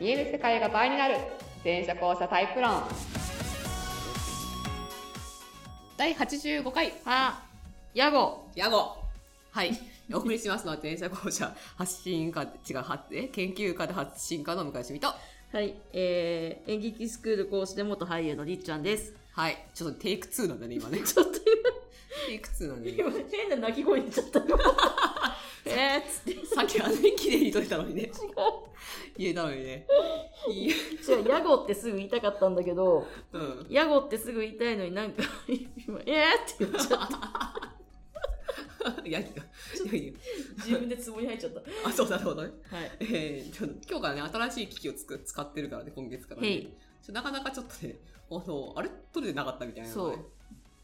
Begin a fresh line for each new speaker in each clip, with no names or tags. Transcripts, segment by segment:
見える世界が倍になる全社交差タイプ論第85回あ野望
ヤゴはい。 お送りしますのは、電車校舎発信家、違う、はえ研究家で発信家の向井しみと。
はい、えー、演劇スクール講師で元俳優のりっちゃんです。
はい。ちょっとテイク2なんだね、今ね。
ちょっと
テイク2なんだね。
今、今変な鳴き声にちゃった。 えーっつって。
さっきあんなに綺麗に撮れたのにね。言えたのにね。いい
違う、ヤゴってすぐ言いたかったんだけど、
うん。
ヤゴってすぐ言いたいのになんか、今、えーって言っちゃった。
ヤギが。いやいや
自分でツボに入っちゃった。は
あ、そうだ、そうだね。
い。
えー、ちょっと今日からね、新しい機器をつく使ってるからね、今月から、ね。
へい
ちょなかなかちょっとね、あの、あれ撮れてなかったみたいな、ね。
そう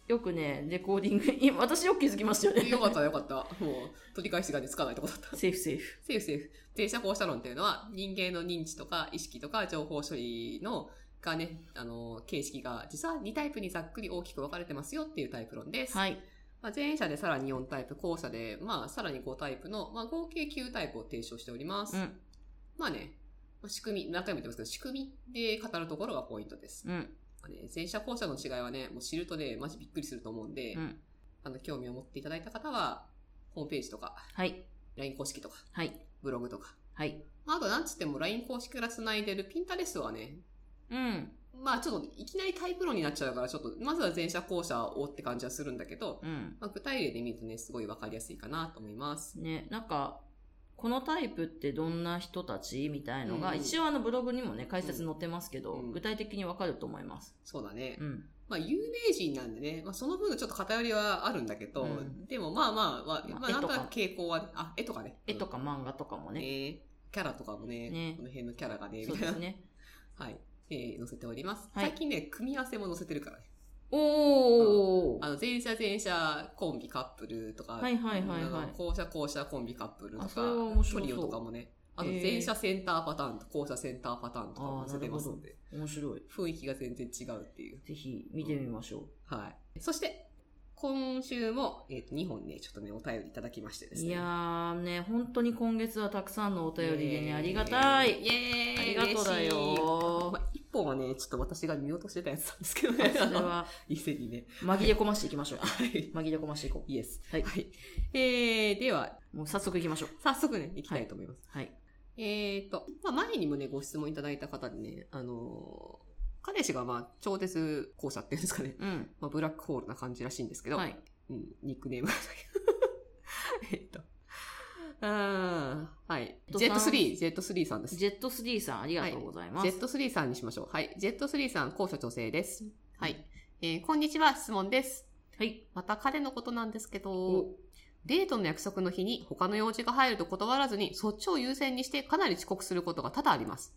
よくね、レコーディング、今、私よく気づきましたよね。
よかったよかった。もう、取り返しがね、つかないとこだった。
セーフセーフ。
セーフセーフ。停車放射論っていうのは、人間の認知とか意識とか情報処理の、がね、あの、形式が、実は2タイプにざっくり大きく分かれてますよっていうタイプ論です。
はい。
まあ、前者でさらに4タイプ、後者で、まあ、さらに5タイプの、まあ、合計9タイプを提唱しております。
うん。
まあね、まあ仕組み、何回も言ってますけど、仕組みで語るところがポイントです。
うん。
まあね、前者後者の違いはね、もう知るとね、マジびっくりすると思うんで、
うん。
あの、興味を持っていただいた方は、ホームページとか、
はい。
LINE 公式とか、
はい。
ブログとか、
はい。
まあ、あとなんつっても LINE 公式から繋いでるピンタレストはね、
うん。
まあちょっといきなりタイプ論になっちゃうから、ちょっと、まずは前者後者をって感じはするんだけど、
うん。
まあ、具体例で見るとね、すごいわかりやすいかなと思います。
ね、なんか、このタイプってどんな人たちみたいのが、
うん
一応あのブログにもね、解説載ってますけど、
うん
具体的にわかると思います。
そうだね。
うん。
まあ有名人なんでね、まあその分ちょっと偏りはあるんだけど、
うん
でもまあまあ、まあ、
まあ
まあなんとな
絵と
く
か
傾向は、あ、絵とかね。
絵とか漫画とかも
ね。
ね。
キャラとかもね、
ね
この辺のキャラがね、み
そう
た
で
い
す
な。
ね。
はい。えー載せております。
はい
最近ね、組み合わせも載せてるからね。
おー
あの、前者前者コンビカップルとか、
はいはいはいはい
うん後者後者コンビカップルと
あ
か
それは面、
ト
白そう
リオとかもね、あの、
えー
前者センターパターンと後者センターパターンとかも載せてますので、
面白い。
雰囲気が全然違うっていう。
ぜひ見てみましょう。
はい。そして、今週も、えっ、と、2本ね、ちょっとね、お便りいただきましてですね。
いやーね、本当に今月はたくさんのお
えー、
便りでね、ありがたい。
イエーイ
ありがとうだよ
まあ、1本はね、ちょっと私が見落としてたやつなんですけど
そ
ね
れ。
あの
は
伊勢にね。
紛れ込ましていきましょう。
はい。
紛れ込ましていこ
イエス。
はい
はい、えー、では、
う。もう早速いきましょう。
早速ね、行きたいと思います。
はい。
えーと、まあ、前にもね、ご質問いただいた方でね、あのー彼氏がまあ、超絶校舎っていうんですかね、
うん。
まあ、ブラックホールな感じらしいんですけど、
はい。
うん、ニックネームが えーと、あーはい。
えっと
ジェット
さん
3、ジェット3さんです。ジ
ジェット3さん、ありがとうございます。
ェット3さんにしましょう。はい。ジェット3さん、校舎女性です。はい。えーこんにちは、質問です。
はい。
また彼のことなんですけど
お、
デートの約束の日に他の用事が入ると断らずにそっちを優先にしてかなり遅刻することが多々あります。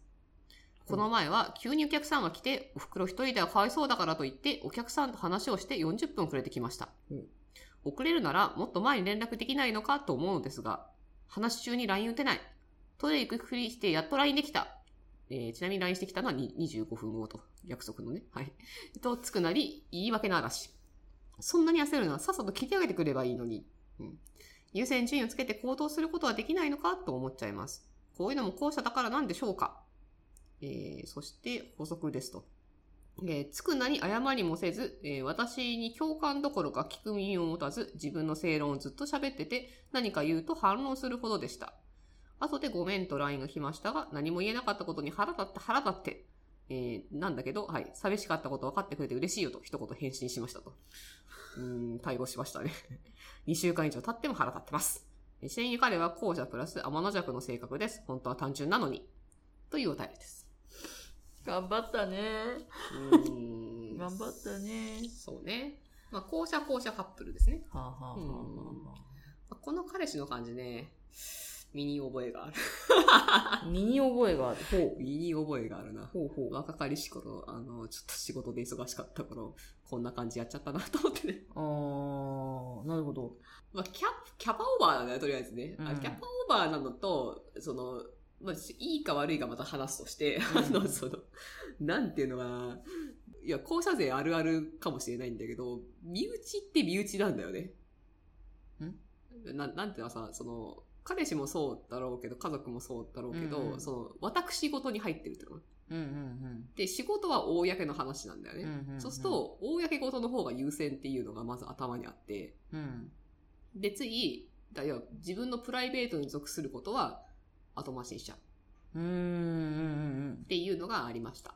この前は急にお客さんが来て、お袋一人ではかわいそうだからと言って、お客さんと話をして40分遅れてきました
うん。
遅れるならもっと前に連絡できないのかと思うのですが、話し中に LINE 打てない。トイレ行くふりしてやっと LINE できた。えーちなみに LINE してきたのはに25分後と、約束のね。はい。と、つくなり、言い訳の嵐。そんなに焦るならさっさと切り上げてくればいいのに。うん優先順位をつけて行動することはできないのかと思っちゃいます。こういうのも後者だからなんでしょうか。えー、そして補足ですと。えー、つくなに謝りもせず、えー私に共感どころか聞く耳を持たず、自分の正論をずっと喋ってて、何か言うと反論するほどでした。後でごめんと LINE が来ましたが、何も言えなかったことに腹立って腹立って、えー、なんだけど、はい、寂しかったこと分かってくれて嬉しいよと一言返信しましたと。うーん、対応しましたね。2週間以上経っても腹立ってます。えちなみに彼は後者プラス天の弱の性格です。本当は単純なのに。というお便りです。
頑張ったね。
うーん
頑張ったね
そうね。まあ、後者後者カップルですね。
はあ、はあはあは
まあこの彼氏の感じね、身に覚えがある。
あはあ、身に覚えがある。ほう。
身に覚えがあるな。
ほうほう。
若かりし頃、あの、ちょっと仕事で忙しかった頃、こんな感じやっちゃったなと思ってね。
あー、なるほど。
まあ、キャキャパオーバーなんだよ、とりあえずね。あ
うん
キャパオーバーなのと、その、まあ、いいか悪いかまた話すとして、
うん
あの、その、なんていうのかな。いや、校舎税あるあるかもしれないんだけど、身内って身内なんだよね。
ん
ななんていうのかさ、その、彼氏もそうだろうけど、家族もそうだろうけど、
うんうん
その、私事に入ってるっていうの。
うんうん
で、仕事は公の話なんだよね。
うんうんうんうん
そうすると、公事の方が優先っていうのがまず頭にあって、
うん
で、次、だ要は自分のプライベートに属することは後回しにしちゃうっ
うんうんうん
ていうのがありました。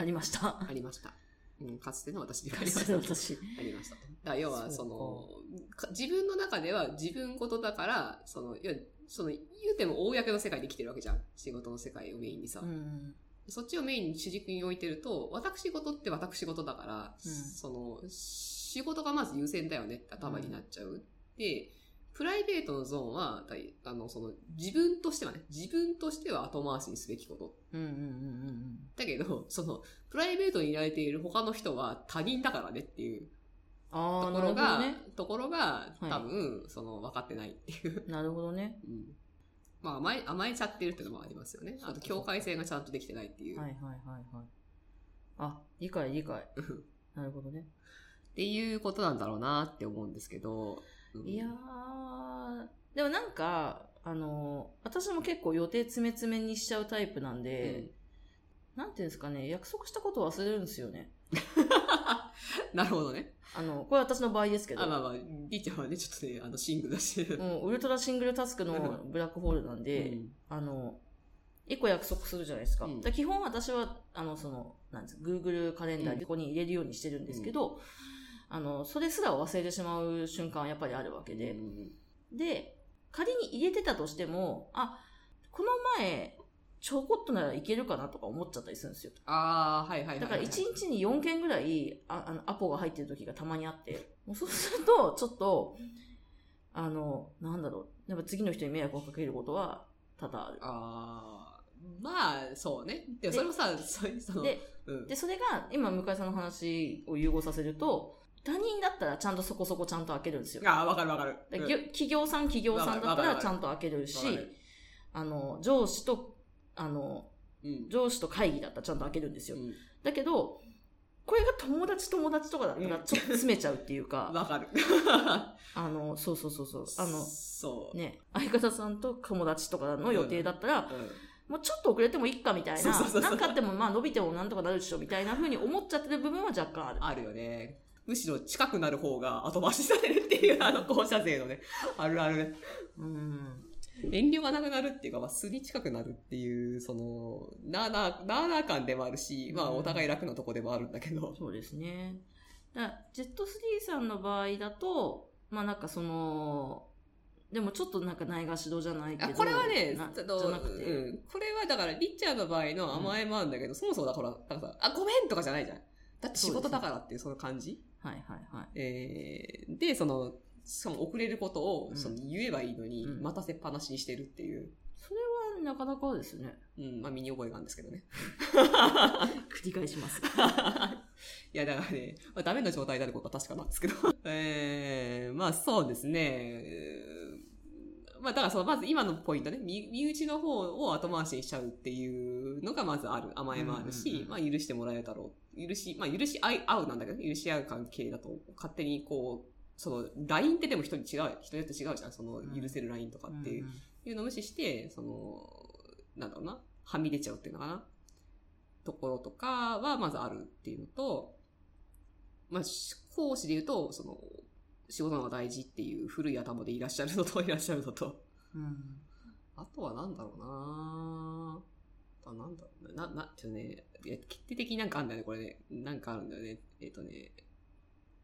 あり ました
ありました。うん、かつての私にありました。
私
ありましたと。だから要は、その
そ、
か自分の中では自分事だから、その、要はその、言うても公の世界で生きてるわけじゃん。仕事の世界をメインにさ。
うん
そっちをメインに主軸に置いてると、私事って私事だから、
うん
その、仕事がまず優先だよねって頭になっちゃう。で、プライベートのゾーンは、だいあの、その、自分としてはね、自分としては後回しにすべきこと。
うんうんうん
だけど、その、プライベートにいられている他の人は他人だからねっていう
あ
と
あ
こ
な
ろ
るほ
が、
どね
ところが、
はい
多分、その、分かってないっていう。
なるほどね
うんまあ甘え、甘えちゃってるっていうのもありますよね。あと、境界線がちゃんとできてないっていう。
はいはいはいはいあ理解理解なるほどね
っていうことなんだろうなって思うんですけど。うん
いやー、でもなんか、あのー、私も結構予定詰め詰めにしちゃうタイプなんで、なんていうんですかね、約束したことを忘れるんですよね。
なるほどね。
あの、これ私の場合ですけど、
あ、まあまあ、りーちゃんはね、ちょっとね、あの、シングルだし。
もうウルトラシングルタスクのブラックホールなん
う
で、
ん
あの、一個約束するじゃないですか。
うん
だから基本私は、あの、その、なんです Google カレンダーにここに入れるようにしてるんですけど、あの、それすら忘れてしまう瞬間はやっぱりあるわけで、
うん
で、仮に入れてたとしても、あ、この前、ちょこっとならいけるかなとか思っちゃったりするんですよ。
ああ、はいはいはい。
だから1
位。
日に4件ぐらい、ああの、アポが入ってる時がたまにあって、もうそうすると、ちょっと、あの、なんだろう、やっぱ次の人に迷惑をかけることは多々ある。
ああ、まあ、そうね。でもそれもさ、そういう、その、
で、
うん
で、それが、今、向井さんの話を融合させると、他人だったらちゃんとそこそこちゃんと開けるんですよ。
ああ、わかるわかる。
で
うん
ぎょ企業さん企業さんだった
わからる
ちゃんと開けるし
わかる、
あの、上司と、あの、
うん。
上司と会議だったらちゃんと開けるんですよ。
うん
だけど、これが友達友達とかだったら
うん
ちょっと詰めちゃうっていうか、
わかる。
あの、そうそうそうそう、あの、
そう。
ね、相方さんと友達とかの予定だったら、
うん
もうちょっと遅れてもいいかみたい
そうそうそうそ
な、
う
なんかあってもまあ伸びてもなんとかなるでしょみたいな風に思っちゃってる部分は若干ある。
あるよね。むしろ近くなる方が後回しされるっていう、あの、校舎税のね、あるあるね。
うん。
遠慮がなくなるっていうか、まあ、素に近くなるっていう、その、なあなあ、なあなあ感でもあるし、まあ、
うん
お互い楽なとこでもあるんだけど。
そうですね。だからジェットスリーさんの場合だと、まあなんかその、でもちょっとなんかないがしろじゃないけ
あ
ど。
これはね、
な
あ
じゃ
の
なくて。
うん、これはだから、リッチャーの場合の甘えもあるんだけど、そもそもだから、なんかさ、あ、ごめんとかじゃないじゃん。だって仕事だからっていう、その感じ。
はいはいはい。
えー、で、その、しかも遅れることを、
うん
その、言えばいいのに、
うん
待たせっぱなしにしてるっていう、
それはなかなかです ね。
うん、まあ、身に覚えがあるんですけどね。
繰り返します。
いや、だからね、まあ、ダメな状態であることは確かなんですけど。 えー、まあそうですね。えーまあだからその、まず今のポイントね、身身内の方を後回しにしちゃうっていうのがまずある。甘えもあるし、
うんうんうん
まあ許してもらえるだろう。許し、まあ許し合い合うなんだけど、許し合う関係だと、勝手にこう、その、LINE ってでも人に違う、人によって違うじゃん。その、許せる LINE とかっていう。いうのを無視して、その、なんだろうな、はみ出ちゃうっていうのかな、ところとかはまずあるっていうのと、まあ、し講師で言うと、その、仕事の方が大事っていう古い頭でいらっしゃるのと いらっしゃるのと、
うんうん
あとはなんだろうなあ、なんだろうな、な、な、ちょっとね、いや決定的になんかあるんだよね、これね。なんかあるんだよね。えっ、とね、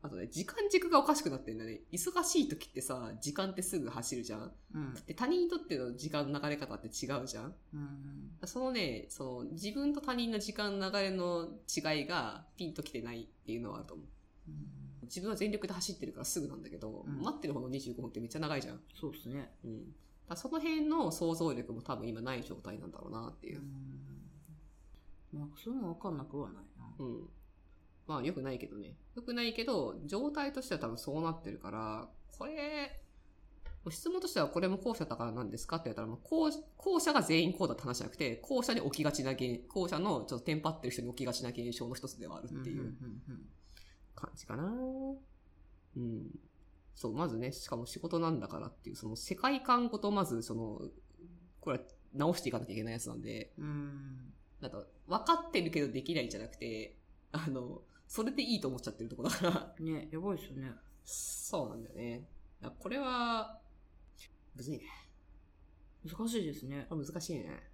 あとね、時間軸がおかしくなってんだね。忙しい時ってさ、時間ってすぐ走るじゃん
うん
で他人にとっての時間の流れ方って違うじゃん
うん
そのね、その自分と他人の時間の流れの違いがピンときてないっていうのはあると思う。
うん
自分は全力で走ってるからすぐなんだけど、
うん
待ってる方の25分ってめっちゃ長いじゃん。
そうですね。
うん。だからその辺の想像力も多分今ない状態なんだろうなっていうう。
んまあ、それも分かんなくはないな。
うん。まあ良くないけどね。良くないけど、状態としては多分そうなってるから、これ、質問としてはこれも後者だからなんですかって言ったら、まあ後後者が全員こうだって話じゃなくて、後者に起きがちな現、後者のちょっとテンパってる人に起きがちな現象の一つではあるっていう
うんうんうんうん
感じかな。うん。そう、まずね、しかも仕事なんだからっていう、その世界観ごとまず、その、これは直していかなきゃいけないやつなんで、
うん。
なんか、分かってるけどできないんじゃなくて、あの、それでいいと思っちゃってるとこだから。
ね、やばいですよね。
そうなんだよね。だからこれは、むずいね。
難しいですね。
これ難しいね。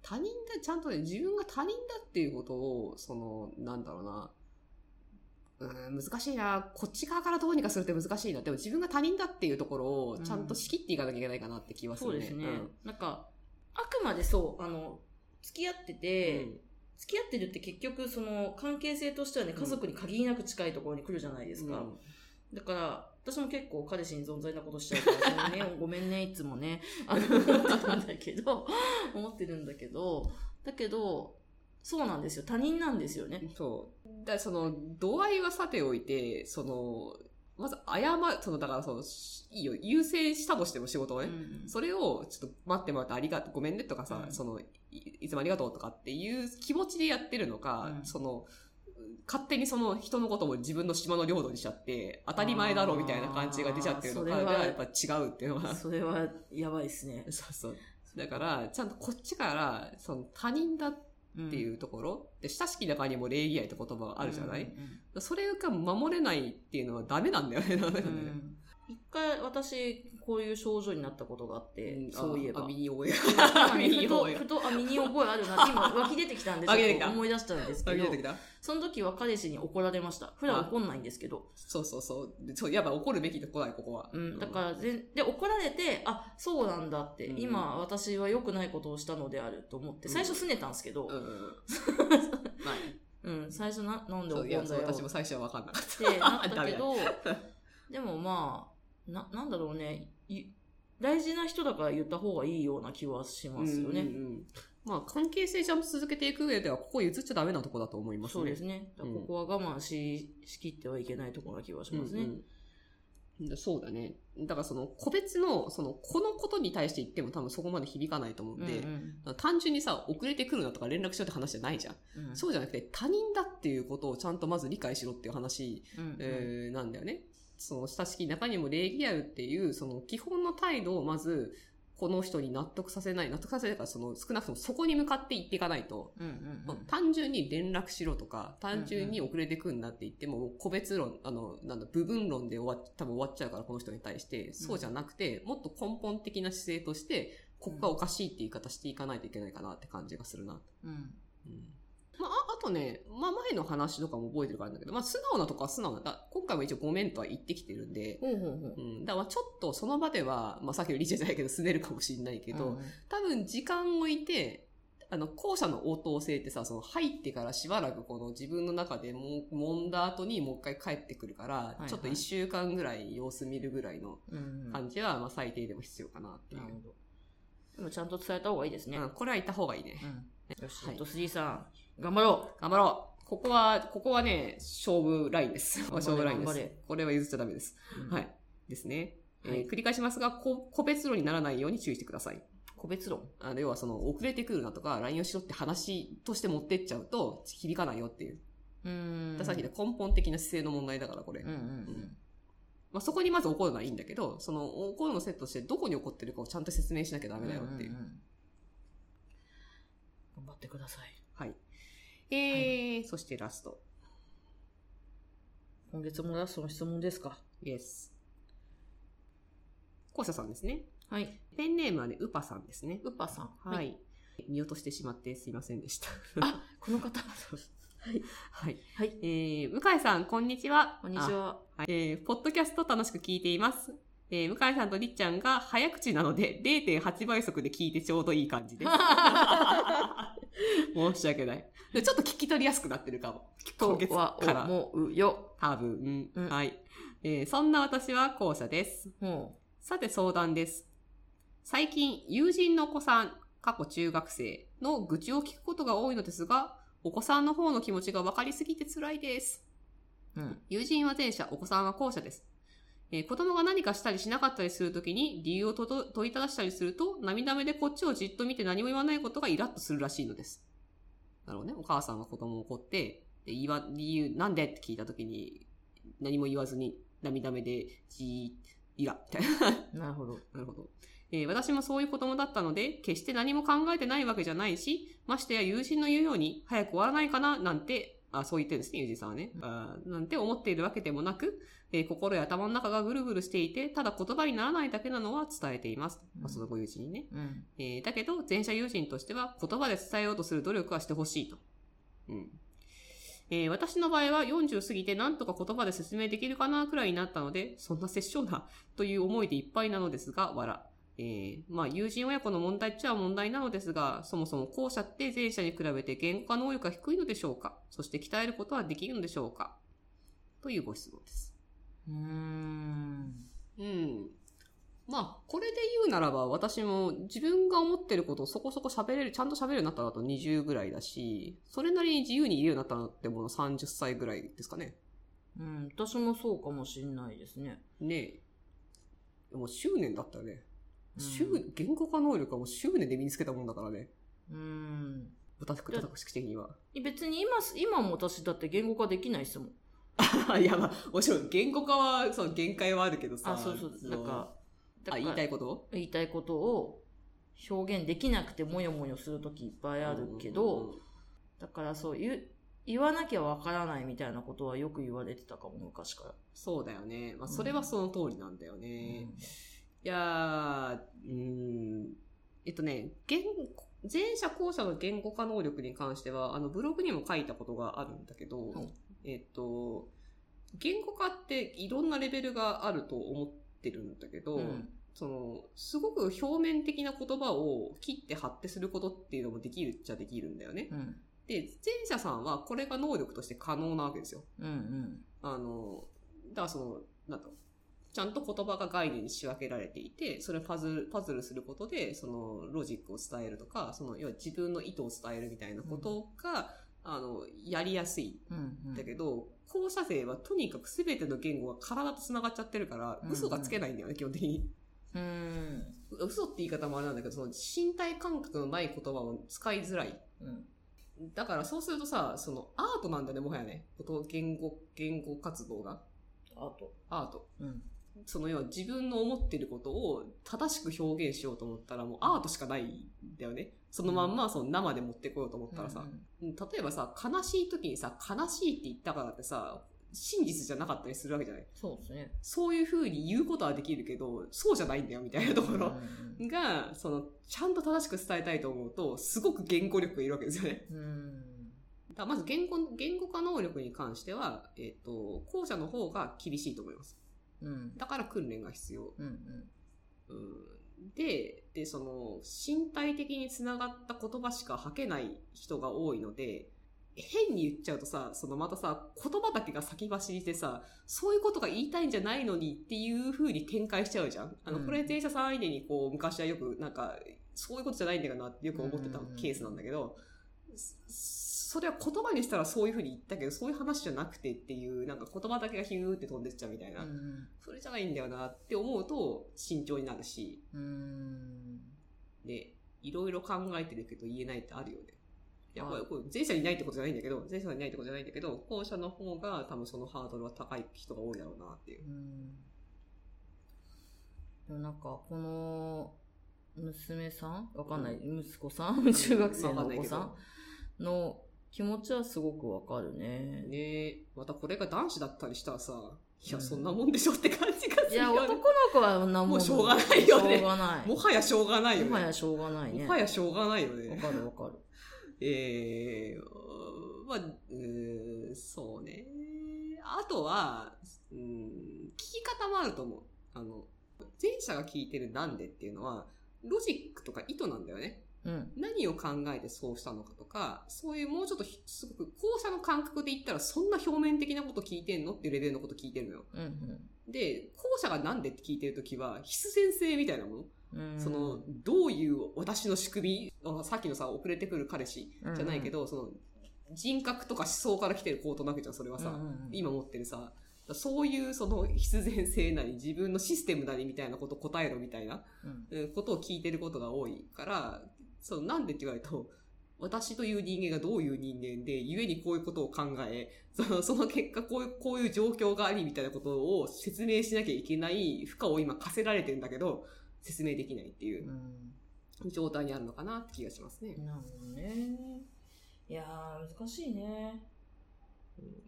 他人がちゃんとね、自分が他人だっていうことを、その、なんだろうな。うーん、難しいな。こっち側からどうにかするって難しいな。でも自分が他人だっていうところを、ちゃんと仕切っていかなきゃいけないかなって気はす
そう
る
で
ね。
すね。なんか、あくまでそう、あの、付き合ってて、
うん
付き合ってるって結局、その、関係性としてはね、
うん
家族に限りなく近いところに来るじゃないですか。
うん
だから、私も結構彼氏に存在なことしちゃうから、その ね、ごめんね、いつもね、あの、思ってたんだけど、思ってるんだけど、だけど、そうなんですよ。他人なんですよね。
そう。だからその、度合いはさておいて、その、まず謝る、その、だからその、しいいよ、優先したとしても仕事をね、
うん
それを、ちょっと待ってもらってありがとう、ごめんねとかさ、
うん
そのい、いつもありがとうとかっていう気持ちでやってるのか、
うん
その、勝手にその人のことも自分の島の領土にしちゃって、当たり前だろうみたいな感じが出ちゃってるの
あー
か、
それは
がやっぱ違うっていうのは。
それは、やばいですね。
そうそう。だから、ちゃんとこっちから、その他人だっ
って
いううところ、で親しき中にも礼儀愛って言葉があるじゃない、
んうんうん
それが守れないっていうのはダメなんだよね、なんだよ
う
ね。
ん一回私、こういう症状になったことがあって、
うん
そういえ
あ
ば
身。に覚え。
今ね
身に
ふと、
覚え
ふと、あ、身に覚えあ るなって、今、湧き出てきたんで、ちょ
湧き出てき
ったと思い出したんです
あ
け
見え
ど
て、きた
その時は彼氏に怒られました。普段怒んないんですけど。
そうそうそう。そう、やっぱ怒るべきとこだよ、ここは。
うん、だから全、で、怒られて、あ、そうなんだって、
うん
今、私は良くないことをしたのであると思って、最初拗ねたんですけど
う、んうんうん。はい。
うん、最初な、なんで
そ
怒
うんい
だよ
や、
っ
そう私も
て
最初は分かんなかっ。
なったけど、 でもまあ、な、なんだろうね、い大事な人だから言った方がいいような気はしたますよね。
うんうんうんまあ、関係性ちゃんと続けていく上では、ここ譲っちゃダメなとこだと思いますね。
そうですね。だから
うん
ここは我慢し、しきってはいけないところな気はしますね。
うんうんでそうだね。だからその、個別の、その、このことに対して言っても多分そこまで響かないと思うんで、
うん
単純にさ、遅れてくるなとか連絡しようって話じゃないじゃん。
うんうん
そうじゃなくて、他人だっていうことをちゃんとまず理解しろっていう話、
うんうん
えーなんだよね。その親しき中にも礼儀あるっていう、その基本の態度をまず、この人に納得させない、納得させないから、その少なくともそこに向かって行っていかないと、
うんうんうん
単純に連絡しろとか、単純に遅れてくんなって言っても、もう個別論、あの、なんだ、部分論で終わっ、多分終わっちゃうから、この人に対して、そうじゃなくて、もっと根本的な姿勢として、ここがおかしいって言い方していかないといけないかなって感じがするな。
うん
まあ、ああとね、まあ前の話とかも覚えてるからあれだけど、まあ素直なとこは素直な。だ今回も一応ごめんとは言ってきてるんで、
ほうほうほう
うん、だからちょっとその場では、まあさっきのリチェじゃないけど、すねるかもしれないけど、
うんうん
多分時間を置いて、あの、後者の応答性ってさ、その入ってからしばらくこの自分の中でもう揉んだ後にもう一回帰ってくるから、
いはい
ちょっと一週間ぐらい様子見るぐらいの
うんうんなる
感じは、まあ最低でも必要かなっていう。
ほど。でもちゃんと伝えた方がいいですね。
うんこれは言った方がいいね。
うんよし、
はい
ヘッドスリーさん、頑張ろ
頑張ろうここは、ここはね、勝負ラインです。
張れ
勝負ラインで
頑張
す
れ。
これは譲っちゃダメです。
う、うん
はい。ですね。えー
はい
繰り返しますがこ、個別論にならないように注意してください。
個別論。
あの要はその、遅れてくるなとか、LINE をしろって話として持ってっちゃうと、響かないよっていう。
うん
だからさっきの根本的な姿勢の問題だから、これ。
うんうん
まあ、そこにまず怒るのはいいんだけど、その、怒るのセットして、どこに怒ってるかをちゃんと説明しなきゃダ
うん。
メだよっていう。
んんん頑張ってください。
はい。えー、そしてラスト。
今月もラストの質問ですか。
イエス。校舎さんですね。
はい。
ペンネームはね、ウパさんですね。
ウッパーさん。
はい。。見落としてしまってすいませんでした。
あ、この方。はい。
はい。
はい。
えー、向井さん、こんにちは。
こんにち
あ。
は。
はいえー、ポッドキャスト楽しく聞いています。えー、向井さんとりっちゃんが早口なので、0.8倍速で聞いてちょうどいい感じ です。申し訳ない。でちょっと聞き取りやすくなってるかも。今
と
月か
は
ら。
思うよ。
多分、
うん
はい。えー、そんな私は後者です。
も
さて相談です。最近、友人のお子さん、過去中学生の愚痴を聞くことが多いのですが、お子さんの方の気持ちが分かりすぎて辛いです。
う。うん。
友人は前者、お子さんは後者です。えー子供が何かしたりしなかったりするときに理由をとと問いただしたりすると、涙目でこっちをじっと見て何も言わないことがイラッとするらしいのです。なるほどね。お母さんは子供を怒って、で言わ理由、なんでって聞いたときに、何も言わずに、涙目で、じー、イラ、みたいな。
なるほど。
なるほど。えー私もそういう子供だったので、決して何も考えてないわけじゃないし、ましてや友人の言うように、早く終わらないかな、なんて、あ、そう言ってるんですね、友人さんはね。あーなんて思っているわけでもなく、えー心や頭の中がぐるぐるしていて、ただ言葉にならないだけなのは伝えています。まあ、そのご友人にね。
うん。
えーだけど、前者友人としては言葉で伝えようとする努力はしてほしいと。うん。えー私の場合は40過ぎて何とか言葉で説明できるかなくらいになったので、そんな殺生なという思いでいっぱいなのですが、笑。えーまあ、友人親子の問題っちゃ問題なのですが、そもそも後者って前者に比べて言語化能力が低いのでしょうかそして鍛えることはできるのでしょうかというご質問です。
うーん。
うん。まあ、これで言うならば、私も自分が思ってることをそこそこ喋れる、ちゃんと喋るようになったのだと20ぐらいだし、それなりに自由に言えるようになったのってもの30歳ぐらいですかね。
うん、私もそうかもしんないですね。
ねえ。でもう執念だったよね。
うん
執、言語化能力はもう執念で身につけたもんだからね。
うん。
豚服と式的には。
別に今、今も私だって言語化できないですもん。
いや、まあ、もちろん言語化は、その限界はあるけどさ。
あ、そうそう。なんか、だ
あ、
から
言いたいこと
言いたいことを表現できなくてもよもよするときいっぱいあるけど、
うんうんうん
だからそういう、言わなきゃわからないみたいなことはよく言われてたかも、昔から。
そうだよね。まあ、それはその通りなんだよね。いやー、うーん、えっとね、言語前者後者の言語化能力に関しては、あの、ブログにも書いたことがあるんだけど、
はい
えっと、言語化っていろんなレベルがあると思ってるんだけど、
うん
その、すごく表面的な言葉を切って貼ってすることっていうのもできるっちゃできるんだよね。
うん。
で、前者さんはこれが能力として可能なわけですよ。
うんうん。
あの、だからその、なんだろうちゃんと言葉が概念に仕分けられていて、それをパズル、パズルすることで、そのロジックを伝えるとか、その、要は自分の意図を伝えるみたいなことが、あの、やりやすい
うんうん
んだけど、後者勢はとにかく全ての言語が体と繋がっちゃってるから
う、ん
嘘がつけないんだよね、基本的に。
うん。
嘘って言い方もあれなんだけど、その身体感覚のない言葉を使いづらい。
うん。
だからそうするとさ、そのアートなんだよね、もはやね。こと言語、言語活動が。
あと。
アート。
うん。
その要は自分の思ってることを正しく表現しようと思ったらもうアートしかないんだよね。そのまんまその生で持ってこようと思ったらさ、例えばさ、悲しい時にさ、悲しいって言ったからってさ、真実じゃなかったりするわけじゃない。
そうですね。
そういう風に言うことはできるけど、そうじゃないんだよみたいなところ
う
が、その、ちゃんと正しく伝えたいと思うと、すごく言語力がいるわけですよね。
んうん。
だからまず言語、言語化能力に関しては、えっ、と、後者の方が厳しいと思います。
うん。
だから訓練が必要。
うん
う
うん。
んで、で、その、身体的につながった言葉しか吐けない人が多いので、変に言っちゃうとさ、そのまたさ、言葉だけが先走りでさ、そういうことが言いたいんじゃないのにっていう風に展開しちゃうじゃん。あの、
うん
これ前者さん相手にこう、昔はよくなんか、そういうことじゃないんだよなってよく思ってたケースなんだけど、そそれは言葉にしたらそういう風に言ったけど、そういう話じゃなくてっていう、なんか言葉だけがヒューって飛んでっちゃうみたいな。
うん
それじゃないんだよなって思うと慎重になるし、
うん。
で、いろいろ考えてるけど言えないってあるよね。いや、こ
は
れ、
い
これ前者にないってことじゃないんだけど、前者にないってことじゃないんだけど、後者の方が多分そのハードルは高い人が多いだろうなっていう
う。んでもなんか、この、娘さんわかんない。息子さん 中学生のお子さ
わか
んの気持ちはすごくわかるね
んないけど。。ねえまたこれが男子だったりしたらさ、いや、
うん
そんなもんでしょって感じがす
い
るよ
や、
ね
男の子は女もん
もうしょうがないよね
しょうがない。
もはやしょうがないよね。
もはやしょうがないね。
もはやしょうがないよ
わ
ね。
かるわかる。
ええまあ、うーんそうね。あとは、うん、聞き方もあると思う。あの、前者が聞いてるなんでっていうのは、ロジックとか意図なんだよね。
うん。
何を考えてそうしたのかとか、そういうもうちょっとひすごく後者の感覚で言ったらそんな表面的なこと聞いてんのっていうレベルのこと聞いてるのよ。
うん
で、後者がなんでって聞いてるときは必然性みたいなもの。
うん。うん
その、、どういう私の仕組み、あさっきのさ、遅れてくる彼氏じゃないけど、その、人格とか思想から来てる行動なわけじゃん、それはさ。
うんうんうん
今持ってるさ、そういうその必然性なり、自分のシステムなりみたいなこと答えろみたいな
うん
うんことを聞いてることが多いから、その、なんでって言われると、私という人間がどういう人間で、ゆえにこういうことを考え、そのその結果こういう、こういう状況がありみたいなことを説明しなきゃいけない負荷を今課せられてんだけど、説明できないっていううん状態にあるのかなって気がしますね。
なるほどね。いやー、難しいね。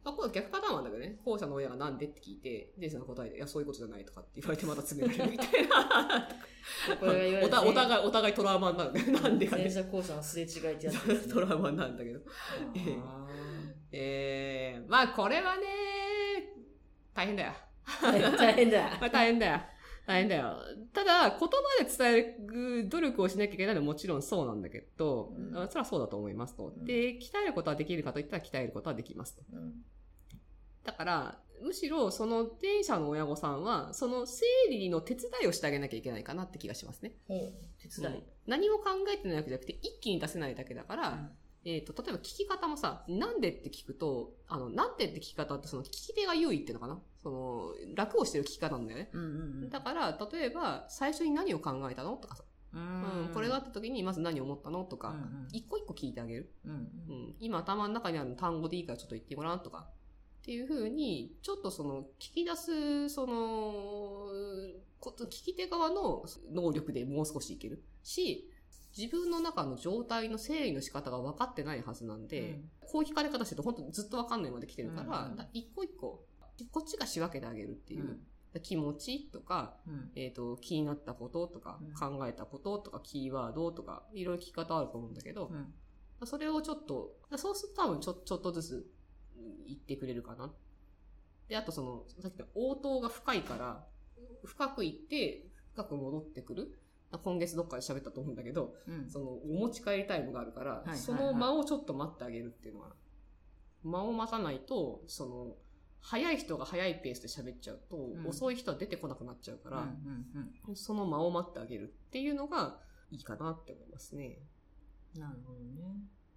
あ、これ逆パターンはあるんだけどね、後者の親がなんでって聞いて、前者の答えで、いや、そういうことじゃないとかって言われてまた詰められるみたい な。
これがいわゆ る
おたお互い、お互いトラウマになるね。なんでか
前
ね。
者後者のすれ違いってやつですね。
トラウマになるんだけど。
あ
えー、まあこれはね、大変だよ。
ー大変だ。
まあ大変だよ。大変だよ。ただ、言葉で伝える努力をしなきゃいけないのはもちろんそうなんだけど、
うん
あそれはそうだと思いますと。
うん
で、鍛えることはできるかといったら鍛えることはできますと。
うん
だから、むしろその前者の親御さんは、その整理の手伝いをしてあげなきゃいけないかなって気がしますね。
ほう手伝い。
何も考えてないわけじゃなくて、一気に出せないだけだから、
うん
えっ、と、例えば聞き方もさ、なんでって聞くと、あの、なんでって聞き方ってその聞き手が優位っていうのかなその、楽をしてる聞き方なんだよね。
うんうんうん
だから、例えば、最初に何を考えたのとかさ、
う
うん
ん、
これがあった時にまず何を思ったのと
うんう
か、
ん
一個一個聞いてあげる。
うん
う
うん
ん、今頭の中にある単語でいいからちょっと言ってごらんとか、っていう風に、ちょっとその、聞き出す、その、こと、聞き手側の能力でもう少しいけるし、自分の中の状態の整理の仕方が分かってないはずなんで、こう聞かれ方してると本当ずっと分かんないまで来てるから、
うん
だ一個一個、こっちが仕分けてあげるって
う
いう、
ん
気持ちとか、
うん
えっ、と、気になったこととか、
う
考えたこととか、キーワードとか、いろいろ聞き方あると思うんだけど、
うん
それをちょっと、そうすると多分ちょちょっとずつうん言ってくれるかな。で、あとその、さっき言った応答が深いから、深く行って、深く戻ってくる。今月どっかで喋ったと思うんだけど、
うん
その、お持ち帰りタイムがあるから、
いはいはい
その間をちょっと待ってあげるっていうのは、間を待たないと、その、早い人が早いペースで喋っちゃうと、
ん
遅い人は出てこなくなっちゃうか
うん
ら、
うん
その間を待ってあげるっていうのがいいかなって思いますね。
うんなるほどね。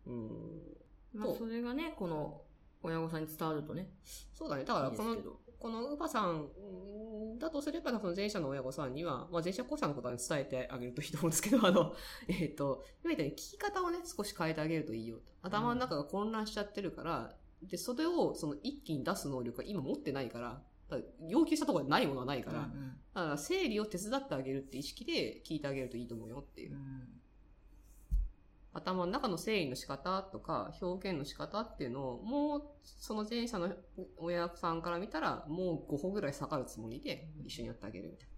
うん。
まあ
そう
それがね、この親御さんに伝わるとね。
そうだね。だから、こ
い
の
いですけど
このウーパさんうんだとすれば、その前者の親御さんには、まあ、前者後者のことは伝えてあげるといいと思うんですけど、あ の、えっ、と、今言ったように聞き方をね、少し変えてあげるといいよと。頭の中が混乱しちゃってるから、で、それをその一気に出す能力が今持ってないから、だから要求したところにないものはないから、
うんうん
だから整理を手伝ってあげるって意識で聞いてあげるといいと思うよっていう。頭の中の整理の仕方とか表現の仕方っていうのをもうその前者の親さんから見たらもう5歩ぐらい下がるつもりで一緒にやってあげるみたいな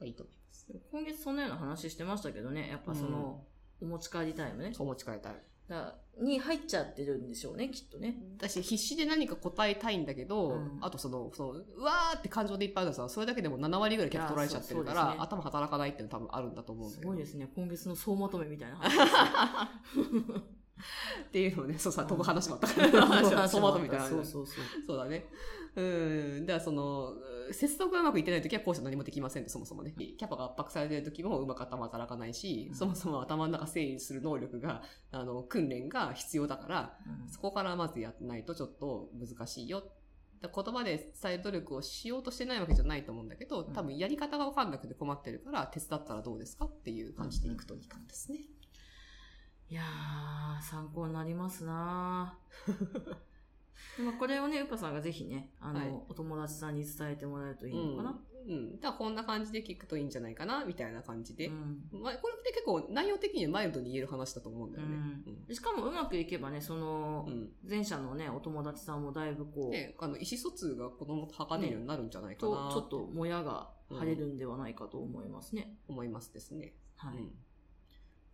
がいいと思います。
うん今月そんなような話してましたけどね、やっぱその、お持ち帰りタイムね。
お持ち帰りたい。
だに入っちゃってるんでしょうね、きっとね。
私必死で何か答えたいんだけど、
うん
あとその、その、うわーって感情でいっぱいあるさ、それだけでも7割ぐらい客取られちゃってるか
いや
ら、
そうそうです
頭働かないっていうの多分あるんだと思うんだ
す
けど。
ごいですね、今月の総まとめみたいな話ですね。
っていうのをね、そうさ、
うん
飛ぶ話もあったから、話はトマトみたいな話。
そうそうそう。
そうだね。うん。だからその、うん接続がうまくいってない時は後者何もできませんって、そもそもね。キャパが圧迫されてる時もうまく頭働かないし、
うん
そもそも頭の中整理する能力が、あの、訓練が必要だから、
うん
そこからまずやってないとちょっと難しいよ。だから言葉で伝える努力をしようとしてないわけじゃないと思うんだけど、
うん
多分やり方がわかんなくて困ってるから、手伝ったらどうですかっていう感じでいくといいかもですね。
いやー、参考になりますな ーまあこれをね、うぱさんがぜひね、あの、
はい
お友達さんに伝えてもらえるといいのかな。
うん。うん。だからこんな感じで聞くといいんじゃないかな、みたいな感じで。
うん
まあ、これって結構内容的にはマイルドに言える話だと思うんだよね。
でしかもうまくいけばね、その
う、ん。
前者のね、お友達さんもだいぶこう、
で、あの、意思疎通が子供と測れるようになるんじゃないかな、
と、ちょっと
と
もやが晴れるんではないかと思いますね。
思いますですね。
は
う
い。
ん。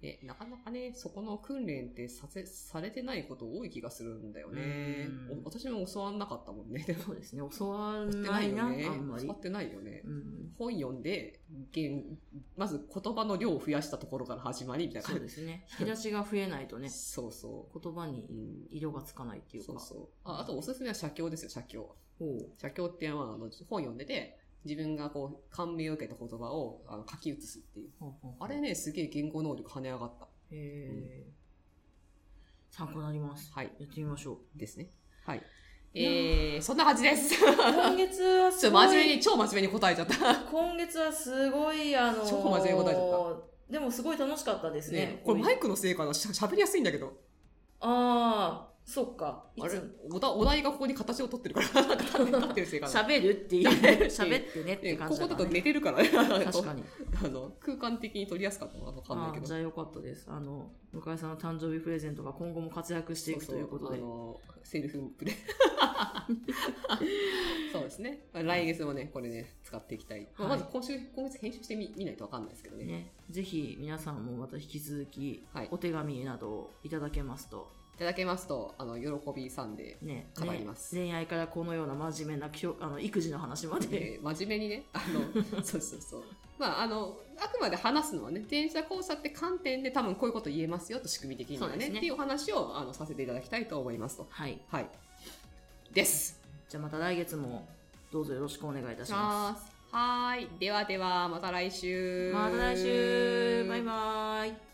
で、なかなかね、そこの訓練ってさせ、されてないこと多い気がするんだよね
うん。
お私も教わんなかったもんね。
そうですね、教
教わ
わ
って
な
ないい
な、
よね。
あんまり
教わ。ってないよね。
うん、
本読んで、言まず言葉の量を増やしたところから始まり、みたいな
そう
感
で すね。引き出しが増えないとね
じ。、そうそ
言葉
う。う
に
ん。
色がつかないっていう
そ
か。
うそう。ああと、おすすめは写経ですよ、写経。
おう
写経っていうのはあの本読んでて、自分がこう、感銘を受けた言葉をあの書き写すっていう。
ほうほうほう
あれね、すげえ言語能力跳ね上がった。
えー参考になります。
はい。
やってみましょう。
ですね。はい。
いや
えー、そんな感じ です。ち
今
ょ
月は
っ
す
と
ご
真面目
い、
に、超真面目に答えちゃった。
今月はすごい、あのー
超真面目に答えちゃ
でもすごい楽しかったですね
ね。これマイクのせいかなしゃ喋りやすいんだけど。
ああ、そっか。い
あれ
つ
おだお題がここに形を取ってるから、な んか立って立ってるせいかな。
喋るっていう、喋ってね
え
って
こ
感
こ
じ
だ
だ
と
からね
寝てるからね。あ
確か に。
のあの空間的に取りやすかったのかわかんない
あ
け
ー
ど
じ。ゃあよかったです。あの、向井さんの誕生日プレゼントが今後も活躍していくということで。
そうそうあのセルフプレ イそうですね、まあ、来月もねこれね使っていきたい、まあ、ま
はい
ず今週今月編集してみ見ないとわかんないですけどね
ね、ぜひ皆さんもまた引き続き
はい
お手紙などをいただけますと、
いただけますとあの喜びさんで、
ね
語り
ね
ます
恋愛からこのような真面目なきょあの育児の話まで、
えー真面目にねあ のそうそうそうまああのあくまで話すのはね転写交差って観点で多分こういうこと言えますよと仕組み的には
そうで
ね
すね
っていうお話をあのさせていただきたいと思いますと
はい、
はいです
じゃあまた来月もどうぞよろしくお願いいたしま
はーいではではまた来
す。
週
また来週バイバイ